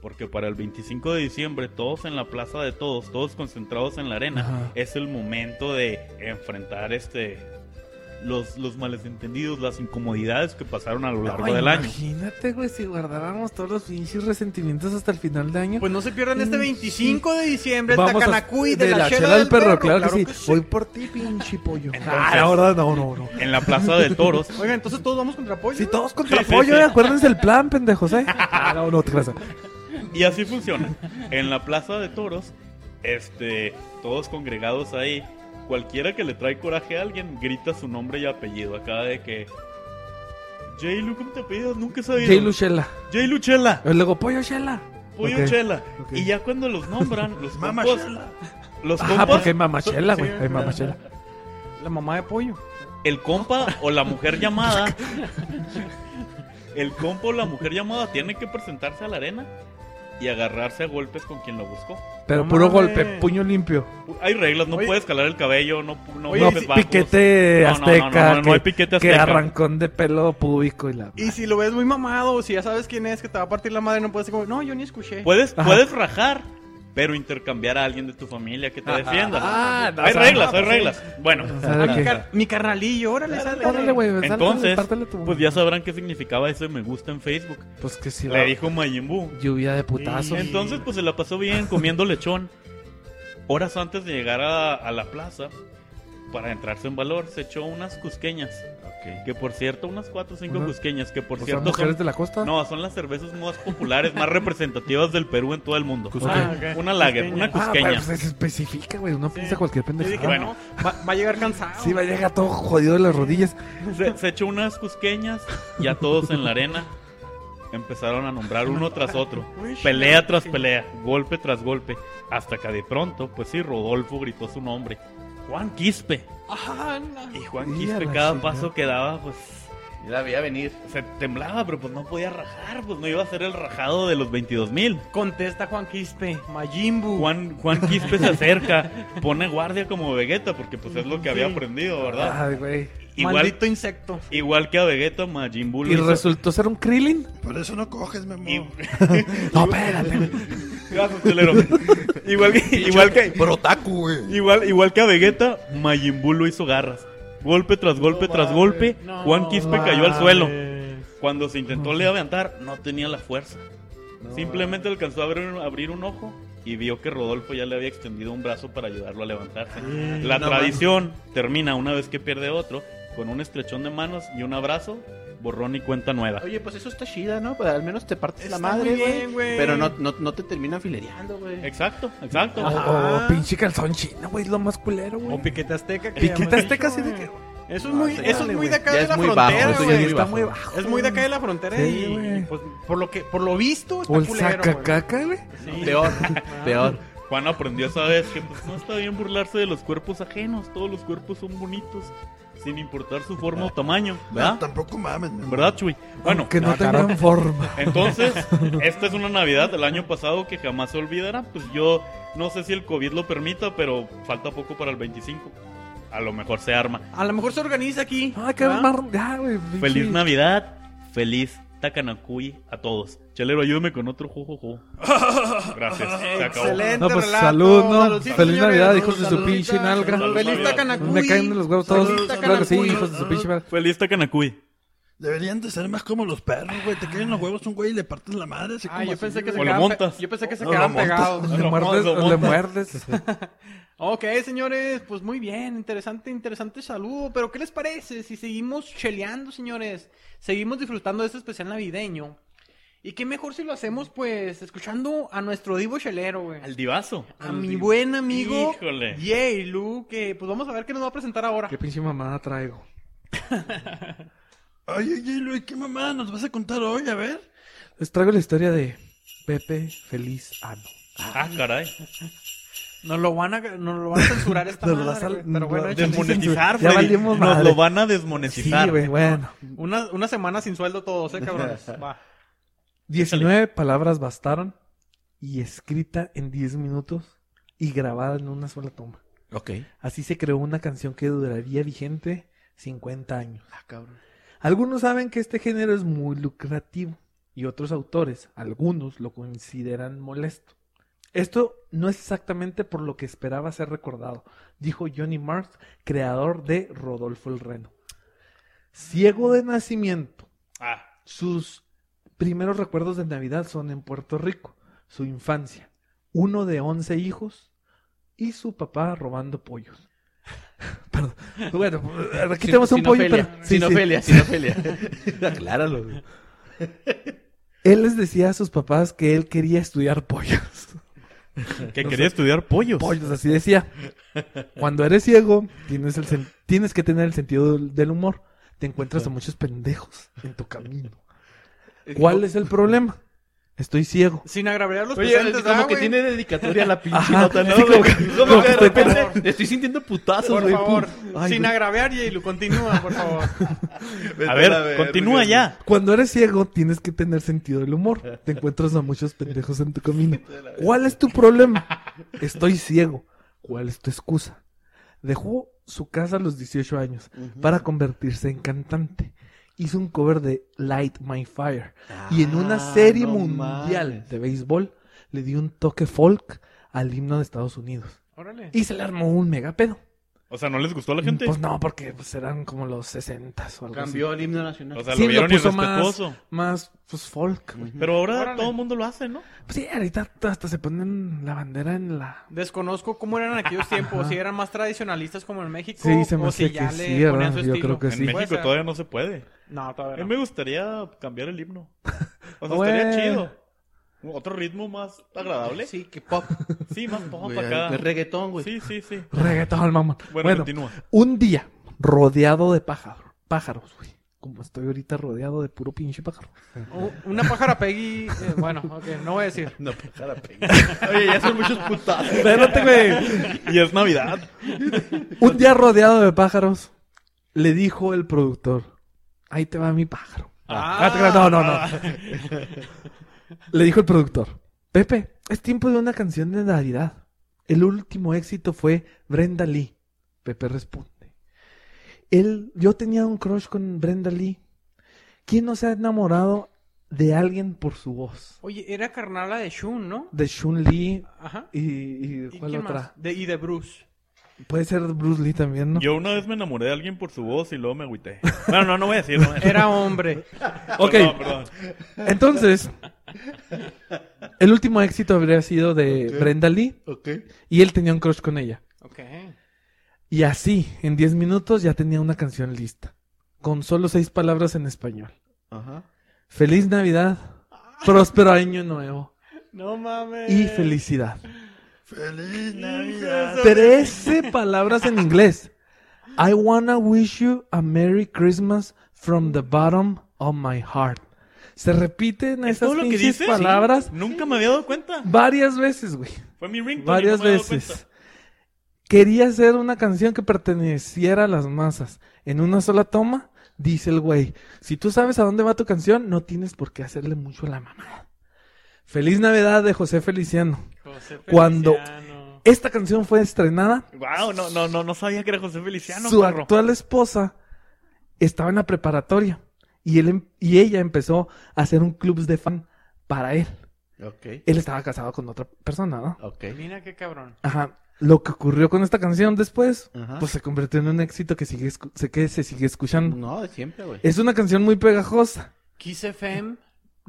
porque para el 25 de diciembre todos en la plaza de todos, todos concentrados en la arena,
Ajá.
es el momento de enfrentar este los, los males entendidos, las incomodidades que pasaron a lo largo
Ay,
del año.
Imagínate, güey, si guardáramos todos los pinches resentimientos hasta el final de año.
Pues no se pierdan este 25 de diciembre, el
Vamos a-
Takanakui de, la, chela, del perro.
claro, que, sí. Voy por ti, pinche pollo. ah,
Entonces-
la verdad, no, no, no.
En la plaza de toros
Oiga, entonces todos vamos contra Pollo.
Si todos contra
Sí, sí,
pollo,
sí.
¿eh? acuérdense el plan, pendejos, ¿eh? Ah, no, no, te creas.
Y así funciona. En la plaza de toros, este, todos congregados ahí, cualquiera que le trae coraje a alguien grita su nombre y apellido. Acá de que. Jay Lu, ¿cómo te apellidas? Nunca he sabido.
Jay Luchela.
Jay Luchela,
Luego, pollo Shela.
Pollo
Ok.
Chela.
Ok.
Y ya cuando los nombran, los
Mama
compas.
Shela.
Los
Ajá,
compas,
Ah, porque hay mamachela, güey.
Sí,
Hay mamachela.
La mamá de Pollo.
el compa o la mujer llamada. El compa o la mujer llamada tiene que presentarse a la arena y agarrarse a golpes con quien lo buscó.
Pero
No
puro
mames.
golpe, puño limpio.
Hay reglas, no
Oye.
puedes calar el cabello, no, pu- no,
Oye,
no,
golpes bajos. No,
piquete
no, no,
azteca.
no, no, no hay
que-
piquete
Que
azteca.
arrancón de pelo púbico y la.
Y si lo ves muy mamado, si ya sabes quién es, que te va a partir la madre, no puedes decir como, no, yo ni escuché.
Puedes,
Ajá.
puedes rajar, pero intercambiar a alguien de tu familia que te defienda.
Ah, no,
hay
o sea,
reglas,
no,
hay
pues,
reglas. Bueno,
O
Ah,
sea,
mi,
que-
car- mi carnalillo, órale, sale.
Órale, güey. sáltale,
entonces,
pártale tu-
pues ya sabrán qué significaba eso de me gusta en Facebook.
Pues que si
Le dijo Majin Buu.
Lluvia de putazos.
Entonces, pues se la pasó bien comiendo lechón. Horas antes de llegar a, a la plaza, para entrarse en valor, se echó unas cusqueñas. Que por cierto, unas cuatro o cinco
Ujú.
cusqueñas, que por
O sea,
cierto
Pues mujeres
son...
de la costa.
No, son las cervezas más populares, más representativas del Perú en todo el mundo.
Cusqueña.
Ah, ok. Una lager, una
Ah,
cusqueña.
pero, pues, se especifica, güey. Uno piensa cualquier
Yo
pendejada.
dije,
Bueno.
no, va, va a llegar cansado.
Sí, va a llegar todo jodido de las rodillas.
Se, se echó unas cusqueñas, ya todos en la arena empezaron a nombrar uno tras otro.
Uy,
Pelea
sí.
tras pelea, golpe tras golpe, hasta que de pronto, pues sí, Rodolfo gritó su nombre. Juan Quispe.
Ajá, no.
Y Juan
Y a
Quispe
la
cada
chingada.
paso que daba, pues
Ya la veía venir.
se temblaba, pero pues no podía rajar, pues no iba a ser el rajado de los 22 mil.
Contesta Juan Quispe, Majimbu.
Juan, Juan Quispe se acerca, pone guardia como Vegeta, porque pues es lo que había
Sí. Ah,
aprendido, ¿verdad?
Ay, güey.
Igual,
Maldito insecto.
igual que a Vegeta, Majin Buu lo
Y
hizo.
resultó ser un Krillin.
Por eso no coges, mi amor.
Y-
No, espérate.
Gracias, culero. igual, que, igual, que,
Por otaku, güey.
igual, igual que a Vegeta, Majin Buu lo hizo garras. Golpe tras golpe tras golpe, Juan Quispe cayó al suelo. Cuando se intentó levantar, no tenía la fuerza. Simplemente alcanzó a abrir, abrir un ojo y vio que Rodolfo ya le había extendido un brazo para ayudarlo a levantarse. La
no
tradición termina una vez que pierde otro con un estrechón de manos y un abrazo, borrón y cuenta nueva.
Oye, pues eso está chida, ¿no? Pero al menos te partes la
Está
madre,
muy bien,
güey.
güey.
Pero no, no, no te terminan filereando, güey.
Exacto, exacto.
O,
Ah.
o pinche calzón chino, güey. es Lo más culero,
O
güey.
piqueta azteca. que
Piqueta
ya hemos
azteca,
dicho,
sí, de
güey. Eso es
No,
muy,
sí,
eso
dale,
es muy de
güey.
acá
Ya
de
es
la
muy
frontera,
bajo, eso ya
güey.
es muy
Está
bajo.
muy bajo.
Es muy de acá de la frontera
Sí,
y,
güey.
y, pues, por lo que por lo visto está
O el
culero, güey.
sacacaca, güey.
Peor, peor.
Juan aprendió esa vez que pues, no está bien burlarse de los cuerpos ajenos, todos los cuerpos son bonitos, sin importar su forma o tamaño,
No,
¿verdad?
Ah, tampoco mames, mi amor.
¿Verdad, Chuy? Bueno,
Que no tengan forma.
entonces, esta es una Navidad del año pasado que jamás se olvidará, pues yo no sé si el COVID lo permita, pero falta poco para el 25, a lo mejor se arma.
A lo mejor se organiza aquí.
Ah, qué
¿verdad?
mar... Ya, güey. pinche-
Feliz Navidad, feliz Takanakui a todos. Chelero, ayúdame con otro jujuju. Gracias, se acabó.
Excelente
No, pues
relato.
salud, ¿no?
Saludcita,
Feliz
señores.
Navidad, hijos de su
Saludita.
pinche nalga.
Salud.
Feliz Tacanacuy.
Me caen de los huevos todos.
Salud,
Claro que sí,
Tacanacuy.
hijos de su pinche madre.
Feliz Takanakui.
Deberían de ser más como los perros, güey. Te caen los huevos un güey y le partes la madre. así
Ah,
como
yo
así,
pensé que se
O lo
güey.
quedaban,
montas.
pe- yo pensé que se
No, lo
quedaban
montas.
pegados.
No,
Le
no,
muerdes,
no, no.
le muerdes.
Ok, señores, pues muy bien, interesante, interesante saludo. Pero ¿qué les parece si seguimos cheleando, señores? Seguimos disfrutando de este especial navideño. Y qué mejor si lo hacemos, pues, escuchando a nuestro divo chelero, güey.
Al divazo.
A mi buen amigo
Híjole.
Yay Lu, que pues vamos a ver qué nos va a presentar ahora.
Qué pinche mamada traigo.
Ay, oye, Luis, ¿qué mamá nos vas a contar hoy? A ver.
Les traigo la historia de Pepe Feliz Ano.
Ah, caray.
Nos lo van a, nos lo van a censurar esta
Nos lo
madre,
vas a-
güey, Pero bueno,
nos-
échale.
Desmonetizar,
Ya
Freddy.
valimos
Nos
madre.
lo van a
Sí,
desmonetizar.
güey, bueno.
una, una semana sin sueldo todos, eh, cabrones. Va.
19 palabras bastaron y escrita en 10 minutos y grabada en una sola toma.
Ok.
Así se creó una canción que duraría vigente 50 años.
Ah, cabrón.
Algunos saben que este género es muy lucrativo y otros autores, algunos, lo consideran molesto. Esto no es exactamente por lo que esperaba ser recordado, dijo Johnny Marks, creador de Rodolfo el Reno. Ciego de nacimiento,
Ah,
sus primeros recuerdos de Navidad son en Puerto Rico, su infancia, uno de once hijos y su papá robando pollos. Perdón. Bueno, aquí tenemos un pollo, pero... sí, sí.
Sinofelia, sinofelia. Acláralo. güey.
Él les decía a sus papás que él quería estudiar pollos. Pues
que quería estudiar pollos.
Pollos, así decía. Cuando eres ciego, tienes, el sen- tienes que tener el sentido del- del humor. Te encuentras a muchos pendejos en tu camino. ¿Cuál es el problema? Estoy ciego.
Sin agraviar los
Oye,
presentes,
como
¿verdad,
que
güey?
tiene dedicatoria la pinche
Ajá,
nota, ¿no?
sí, como
güey?
Ah, que-
Como que
como que
de
estoy
repente
pensando-
estoy sintiendo putazos,
Por
güey.
favor,
Ay,
sin
güey.
agraviar, Yelu, continúa, por favor.
A ver, continúa ya.
Cuando eres ciego, tienes que tener sentido del humor. Te encuentras a muchos pendejos en tu camino. ¿Cuál es tu problema? Estoy ciego. ¿Cuál es tu excusa? Dejó su casa a los 18 años para convertirse en cantante. Hizo un cover de Light My Fire. Y en una
Ah,
serie
no
mundial
mames.
de béisbol le dio un toque folk al himno de Estados Unidos.
Órale.
Y se le armó un mega pedo.
O sea, ¿no les gustó a la gente?
Pues no, porque pues, eran como los 60 o algo
Cambió el himno nacional.
O sea,
Sí,
lo
lo
vieron
puso más-
irrespetuoso.
así. Más pues, folk.
Pero ahora
Órale.
todo el mundo lo hace, ¿no?
Pues sí, ahorita hasta se ponen la bandera en la.
Desconozco cómo eran en aquellos tiempos, si eran más tradicionalistas como en México,
Sí, se me
o
hace
si ya
que
le
sí, ¿verdad?
ponían su
Yo
estilo.
creo que
en
Pues sí.
México
Puede ser.
todavía no se puede.
No,
A mí
todavía no.
me gustaría cambiar el himno. O sea,
Bueno.
estaría chido. Otro ritmo más agradable. Sí,
Sí, que pop.
más pop
güey,
para
que
acá.
reggaetón, güey.
Sí, sí, sí.
Reggaetón, mamón.
Bueno,
Bueno,
continúa.
un día rodeado de pájaros. Pájaros, güey. Como estoy ahorita rodeado de puro pinche pájaro.
U- Una pájara Peggy. eh, bueno, ok, no voy a decir.
No, para pegar. Oye, ya son muchos putazos.
Espérate, güey.
Y es Navidad.
Un día rodeado de pájaros, le dijo el productor: Ahí te va mi pájaro. Ah, te creas, no, no, no. Le dijo el productor, Pepe, es tiempo de una canción de Navidad. El último éxito fue Brenda Lee. Pepe responde. Él, yo tenía un crush con Brenda Lee. ¿Quién no se ha enamorado de alguien por su voz?
Oye, era carnala de Shun, ¿no?
De Shun Lee
Ajá.
y, y
¿Y
¿cuál
quién
otra?
más? De, y de Bruce.
Puede ser Bruce Lee también, ¿no?
Yo una vez me enamoré de alguien por su voz y luego me agüité. Bueno, no, no voy a decir. No voy a decir.
Era hombre.
Ok.
Perdón, perdón.
Entonces, el último éxito habría sido de
Ok.
Brenda Lee
Ok.
y él tenía un crush con ella.
Ok.
Y así, en 10 minutos ya tenía una canción lista, con solo seis palabras en español.
Ajá.
Feliz Navidad,
Ah.
próspero año nuevo
No mames.
y felicidad.
Feliz Navidad.
13 palabras en inglés. I wanna wish you a Merry Christmas from the bottom of my heart. Se repiten
¿Es
esas
todo lo que
pinches
dices?
palabras
Nunca me había dado cuenta.
varias veces, güey.
Fue mi ringtone. y
varias
no me había dado
veces. Quería hacer una canción que perteneciera a las masas. En una sola toma, dice el güey, si tú sabes a dónde va tu canción, no tienes por qué hacerle mucho a la mamada. Feliz Navidad de José Feliciano.
José
Cuando-
Feliciano.
Esta canción fue estrenada.
cuenta. Wow, no, no, no, no sabía que era José Feliciano.
Su
perro.
actual esposa estaba en la preparatoria y, él, em- y ella empezó a hacer un club de fan para él.
Ok.
Él estaba casado con otra persona, ¿no?
Ok.
Mira qué cabrón.
Ajá. Lo que ocurrió con esta canción después
Ajá.
pues se convirtió en un éxito que sigue escu- se, que se sigue escuchando.
no, de siempre, güey.
Es una canción muy pegajosa.
Kiss FM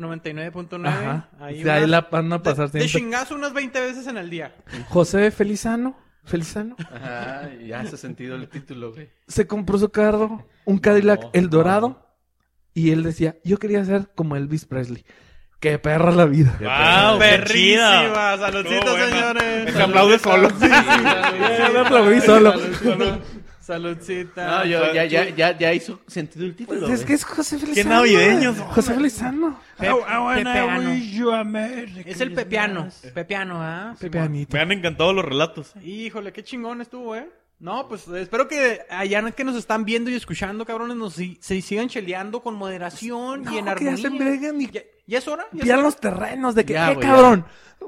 99.9.
Ajá.
Ahí,
de ahí
unas-
la van a pasar
De, de
siempre.
chingazo unas 20 veces en el día.
José Felizano, Felizano,
Ajá, ya hace sentido el título, güey.
se compró su carro, un Cadillac
No,
El Dorado, y él decía, yo quería ser como Elvis Presley. Qué perra la vida.
Wow, qué chida.
Perrísimas. Saludcitos,
Estuvo buena.
señores.
Es que aplaude solo.
Sí, me aplaudí solo.
Saludcita.
No, yo ya, ya, ya, ya hizo sentido el título.
Pues es
güey.
que es José Felizano.
navideños, no,
José Felizano.
Pe- Pepeano.
Es
Es el Pepiano. Pepiano, ¿ah?
Pepeanito.
Me han encantado los relatos.
Híjole, qué chingón estuvo, ¿eh? No, pues espero que allá que nos están viendo y escuchando, cabrones, nos si- se sigan cheleando con moderación y en
No, que ya
armonía.
se embriaguen y-
¿Ya, ya es hora? ¿Ya es
Pillan
hora?
los terrenos de que,
Ya,
eh,
güey, ya.
cabrón,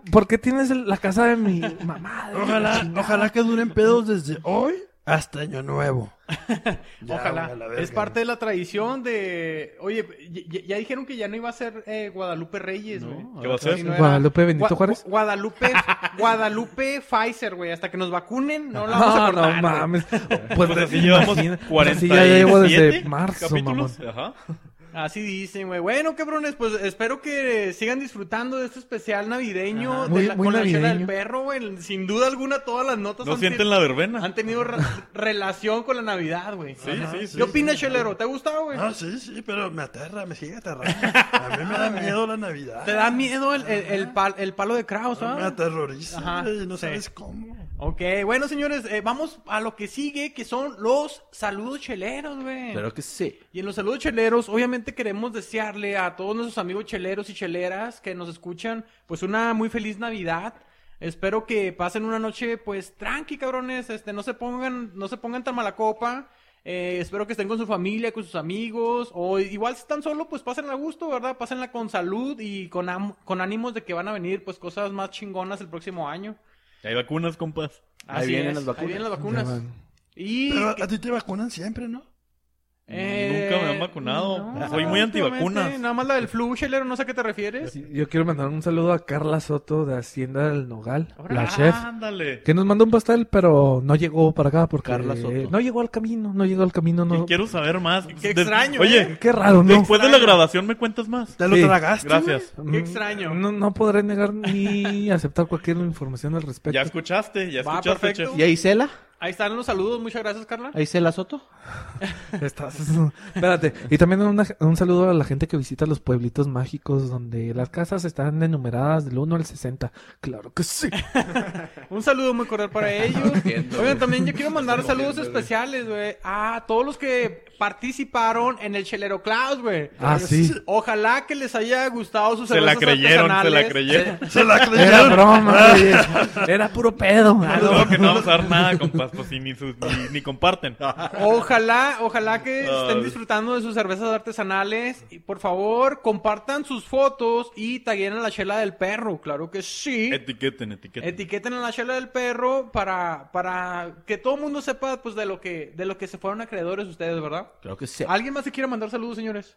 ¿por qué tienes el- la casa de mi mamá? De la
Ojalá,
chingada?
ojalá que duren pedos desde hoy hasta Año Nuevo. Ya,
Ojalá.
güey, a la
es
verga,
parte de la tradición de... Oye, ya, ya- ya dijeron que ya no iba a ser eh, Guadalupe Reyes, güey.
¿Qué va a ser?
Si no era-
Guadalupe Benito
Gua-
Juárez.
Gu- Guadalupe, Guadalupe Pfizer, güey. Hasta que nos vacunen, no la vamos a
Ah, No,
cortar.
no
güey.
mames.
Pues así llevamos
imagina- pues
47
así ya llevo desde marzo,
capítulos. Ajá.
Así dicen, güey. Bueno, cabrones, pues espero que sigan disfrutando de este especial navideño
Ajá.
de
Muy-
la-
muy
con la chela
navideño.
del perro, güey. Sin duda alguna, todas las notas
No
han,
sienten
ten-
la verbena.
han tenido re- relación con la Navidad, güey.
Sí,
Ajá.
sí, sí.
¿Qué opinas, Chelero? ¿Te ha gustado, güey?
Ah, sí, sí, pero me aterra, me sigue aterrando. A mí me da miedo la Navidad.
¿Te da miedo el, el- el pal- el palo de Kraus,
Me
ah?
aterroriza,
Ajá,
güey, no
sí.
sabes cómo.
Ok, bueno, señores, eh, vamos a lo que sigue, que son los saludos cheleros, güey.
Claro que sí.
Y en los saludos cheleros, obviamente queremos desearle a todos nuestros amigos cheleros y cheleras que nos escuchan, pues una muy feliz Navidad. Espero que pasen una noche, pues, tranqui, cabrones. Este, no se pongan, no se pongan tan mala copa. Eh, espero que estén con su familia, con sus amigos. O igual si están solo, pues pásenla a gusto, ¿verdad? Pásenla con salud y con, am- con ánimos de que van a venir, pues, cosas más chingonas el próximo año.
Hay vacunas, compas.
Ahí vienen las
Ahí
vacunas.
vienen las vacunas. Y
Pero
que-
a ti te vacunan siempre, ¿no?
Nunca me han vacunado. Soy muy
Eh, últimamente,
antivacunas.
Nada más la del flu, Chelero, no sé a qué te refieres.
Yo quiero mandar un saludo a Carla Soto de Hacienda del Nogal,
Órale.
la chef,
Ándale.
que nos mandó un pastel, pero no llegó para acá porque
Carla Soto.
no llegó al camino, no llegó al camino, no.
Y quiero saber más.
Qué
De-
extraño,
Oye,
¿eh?
Qué raro, ¿no?
después de la grabación me cuentas más.
¿Te lo
Sí.
tragaste?
Gracias.
Mm,
Qué extraño.
No, no podré negar ni aceptar cualquier información al respecto.
Ya escuchaste, ya
Va,
escuchaste,
perfecto.
chef.
¿Y a Isela?
Ahí están los saludos, muchas gracias, Carla.
¿A Isela Soto?
Estás- Espérate. Y también una- un saludo a la gente que visita los pueblitos mágicos donde las casas están enumeradas del 1 al 60. Claro que sí.
Un saludo muy cordial para ellos. Oigan, también yo quiero mandar saludos especiales, güey, a todos los que participaron en el Chelero Claus, güey.
Ah, sí.
Ojalá que les haya gustado sus
Se la
cervezas
creyeron, se la
artesanales.
creyeron.
Se la
Era
creyeron.
broma. güey. Ah. Era puro pedo.
No, que no vamos a dar nada, compas, pues sí, ni, sus- ni, ni comparten.
Ojalá, ojalá que
Ay.
estén disfrutando de sus cervezas artesanales. Y por favor, compartan sus fotos y taguen a la chela del perro, claro que sí.
Etiqueten, etiqueten.
Etiqueten a la chela del perro para, para que todo el mundo sepa pues de lo que, de lo que se fueron acreedores ustedes, ¿verdad?
Claro que sí.
¿Alguien más se quiere mandar saludos, señores?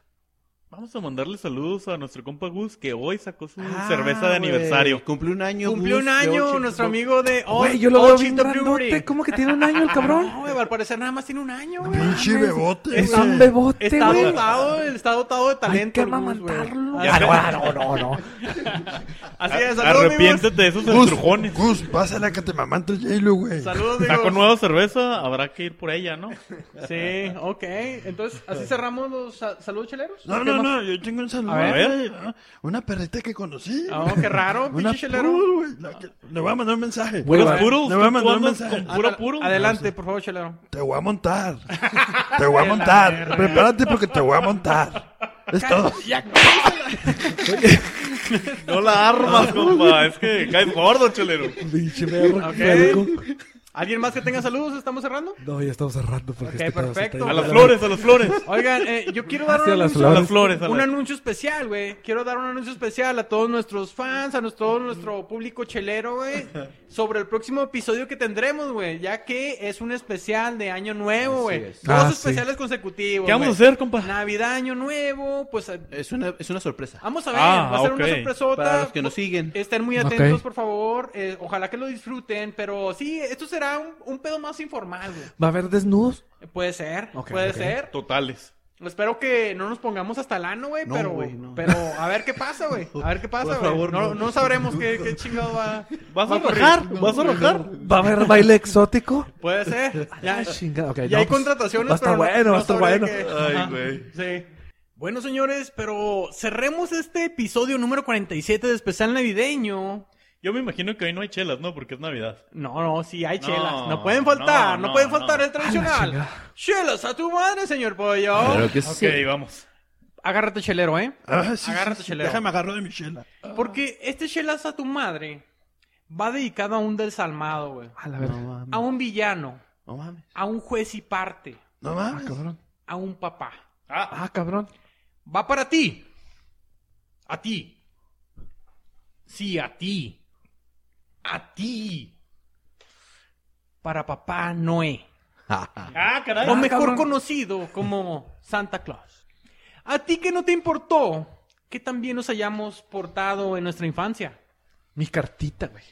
Vamos a mandarle saludos a nuestro compa Gus, que hoy sacó su
Ah,
cerveza de aniversario.
Cumplió un año.
Cumplió un
Gus, de
año
ocho-
nuestro amigo de Oh,
Güey, yo lo veo
Oh,
bien
Chito Brewery.
grandote. ¿Cómo que tiene un año el cabrón?
No, güey, al parecer nada más tiene un año, güey.
Pinche bebote.
Es
güey.
un bebote,
Está
güey.
dotado, está dotado de
Hay
talento.
que
el Gus, güey.
amamantarlo.
Ya sé.
Ah, no, no, no, no.
Así es, saludos, amigos.
Arrepiéntete de esos
Gus,
estrujones.
Gus, pásale a que te mamante el hielo, güey.
Saludos,
Sacó
amigos.
nueva cerveza, habrá que ir por ella, ¿no?
Sí, ok. Entonces, ¿así cerramos los sa- saludos cheleros?
No,
¿Qué
no,
más?
no, yo tengo un saludo.
A ver.
güey, ¿no? Una perrita que conocí.
Oh, qué raro,
Una
pinche chelero.
poodle, güey, la que- Le voy a mandar un mensaje.
Güey,
Puros
va.
puros,
Le voy a
tú
mandar un
andas
mensaje.
con puro puro.
Adelante, por favor, chelero.
Te voy a montar. Te voy a montar. Prepárate porque te voy a montar. Es todo.
No la armas, compa. Es que caes gordo, chelero.
Pinche perro,
Ok.
puerco.
¿Alguien más que tenga saludos? ¿Estamos cerrando?
No, ya estamos cerrando porque
Ok,
este pedo se está
perfecto.
A
yendo.
las flores, a las flores.
Oigan, eh, yo quiero dar un
Hacia las
anuncio,
flores.
Las flores, a
un
las-
anuncio especial, güey. Quiero dar un anuncio especial a todos nuestros fans, a nos- todo nuestro público chelero, güey, sobre el próximo episodio que tendremos, güey, ya que es un especial de Año Nuevo, güey.
es.
Dos
Ah, sí.
especiales consecutivos.
¿Qué vamos a
güey.
hacer, compa?
Navidad, Año Nuevo, pues eh,
Es una, es una sorpresa.
vamos a ver,
Ah,
va a ser
ok.
una sorpresota.
Para los que nos siguen.
Estén muy atentos,
Ok.
por favor. eh, ojalá que lo disfruten, pero sí, esto será un, un pedo más informal, güey.
¿Va a haber desnudos?
Puede ser,
Ok,
puede
ok.
ser.
Totales.
Espero que no nos pongamos hasta el ano, güey,
No,
pero,
güey, no.
pero a ver qué pasa, güey. A ver qué pasa,
Por
güey.
favor,
no,
no.
no sabremos qué, qué chingado va.
¿Vas
va
a
ocurrir.
rajar? ¿Vas a rajar?
¿Va a haber baile exótico?
Puede ser. Ya,
Ah, chingada. ok,
ya
no,
hay
pues,
contrataciones,
Va a estar
pero no-
bueno, va a
no
estar
sabré
bueno.
qué- Ajá.
Ay, güey.
Sí. Bueno, señores, pero cerremos este episodio número 47 de especial navideño
Yo me imagino que hoy no hay chelas, ¿no? Porque es Navidad.
No, no, sí hay
No,
chelas. No, pueden faltar,
no,
no,
no,
pueden faltar,
no.
Ah,
es tradicional. Chelas a tu madre, señor pollo.
Claro que
Ok,
sí.
vamos.
Agárrate chelero, ¿eh?
Ah, sí,
Agarra tu
sí,
chelero.
Déjame agarro de mi chela.
Porque este chelas a tu madre va dedicado a un desalmado, güey.
A Ah, la verga.
A un villano,
No mames.
a un juez y parte,
No mames.
a un papá.
Ah,
Ah, cabrón.
Va para ti. A ti. Sí, a ti. A ti. Para papá Noé.
ah, caray.
o mejor conocido como Santa Claus. A ti que no te importó que también nos hayamos portado en nuestra infancia.
Mi cartita, güey.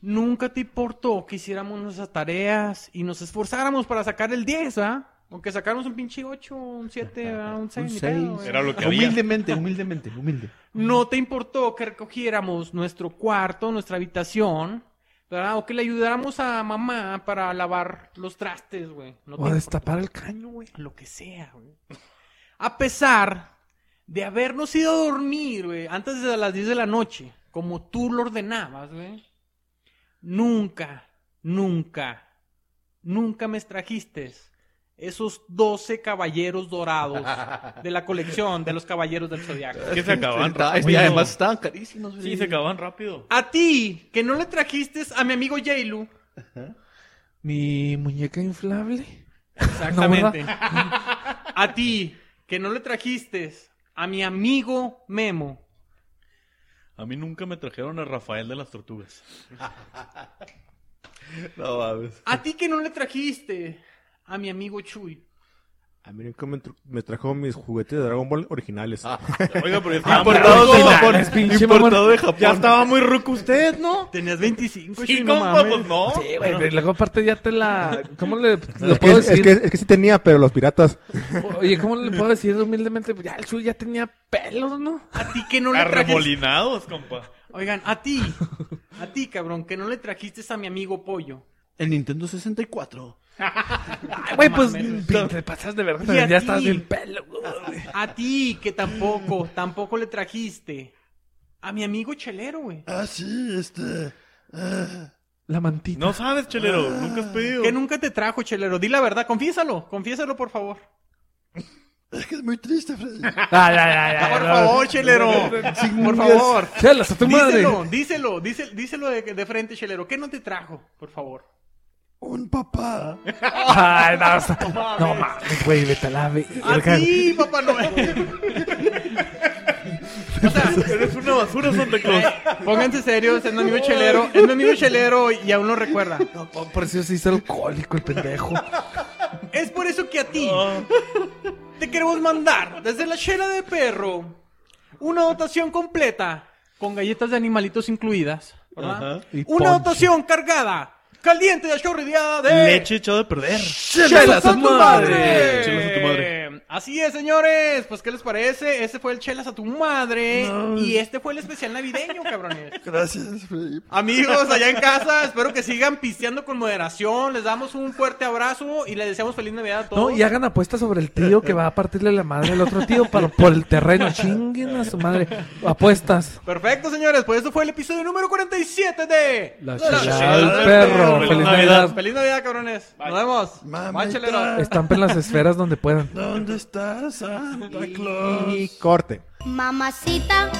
Nunca te importó que hiciéramos nuestras tareas y nos esforzáramos para sacar el 10, ¿ah? O que sacáramos un pinche 8, un 7, un 6.
Un seis.
Era lo que había.
Humildemente, humildemente, humilde.
No te importó que recogiéramos nuestro cuarto, nuestra habitación, ¿verdad? O que le ayudáramos a mamá para lavar los trastes, güey. No
O
te
destapar el caño, güey.
lo que sea, güey. A pesar de habernos ido a dormir, güey, antes de las 10 de la noche, como tú lo ordenabas, güey, nunca, nunca, nunca me trajiste esos 12 caballeros dorados de la colección de los caballeros del zodiaco.
Que se acaban
Está-
rápido.
y este, además estaban carísimos, güey.
Sí, se acaban rápido.
A ti, que no le trajiste a mi amigo Jailu.
Mi muñeca inflable.
Exactamente. a ti, que no le trajiste a mi amigo Memo.
A mí nunca me trajeron a Rafael de las Tortugas.
No mames.
A ti que no le trajiste a mi amigo Chuy.
A mí nunca me, tr- me trajo mis juguetes de Dragon Ball originales.
Oiga, pero ya estaba muy
Importado de
ruco.
Japón.
Ah. Es pinche
Importado de Japón.
Ya estaba muy ruco usted, ¿no?
Tenías 25,
Sí,
Chuy, no
compa,
mames.
pues no.
Sí, güey. pero Luego aparte ya te la... ¿Cómo le lo
Es que,
puedo
es,
decir?
que, es que sí tenía, pero los piratas.
Oye, ¿cómo le puedo decir humildemente? Pues Ya el suyo ya tenía pelos, ¿no?
A ti que no le trajiste.
Arremolinados, compa.
Oigan, a ti. A ti, cabrón, que no le trajiste a mi amigo Pollo.
El Nintendo 64.
Ay, güey, pues
mames.
pin- te pasas de verga.
Y a
también, Ya estás
ti.
sin pelo, güey.
A ti que tampoco, tampoco le trajiste a mi amigo Chelero, güey.
Ah, sí, este. eh,
La mantita.
No sabes, chelero. Nunca has pedido.
Que nunca te trajo, Chelero. Di la verdad, confiésalo, confiésalo, por favor.
es que es muy triste, Freddy.
Ah, ya, ya, ya,
por
ya.
favor, Chelero. por favor.
Chelas a tu madre.
Díselo, díselo, díselo, díselo de, de frente, Chelero. ¿Qué no te trajo, por favor?
Un papá.
Ay, no, o sea, no mames, Pues, güey, vete a la verga.
Así, papá Noel. o sea,
Eres una basura, Santa Claus.
Eh, pónganse serios, es mi amigo chelero, es mi amigo chelero y aún lo recuerda.
No, por eso se hizo alcohólico el pendejo.
Es por eso que a ti te queremos mandar desde la chela de perro una dotación completa con galletas de animalitos incluidas, ¿verdad?
Ajá.
Y
Una
ponche.
dotación cargada, caliente y achorreada de
Leche echada a perder.
Chelas a tu madre.
Chelas a tu madre.
Así es, señores. Pues, ¿qué les parece? Este fue el Chelas a tu madre. Y este fue el especial navideño, cabrones.
Gracias, Freddy.
Amigos allá en casa, espero que sigan pisteando con moderación. Les damos un fuerte abrazo y les deseamos feliz Navidad a todos.
No, y hagan apuestas sobre el tío que va a partirle la madre al otro tío para, por el terreno. Chinguen a su madre. Apuestas.
Perfecto, señores. Pues esto fue el episodio número 47 de
La
Chelas
chingada del
del
perro.
perro.
Feliz
Navidad.
Navidad.
Feliz Navidad, cabrones. Nos vemos.
Mamita.
Bye, cheleros.
Estampen las esferas donde puedan.
¿Dónde estás, Santa Claus?
Y corte.
Mamacita,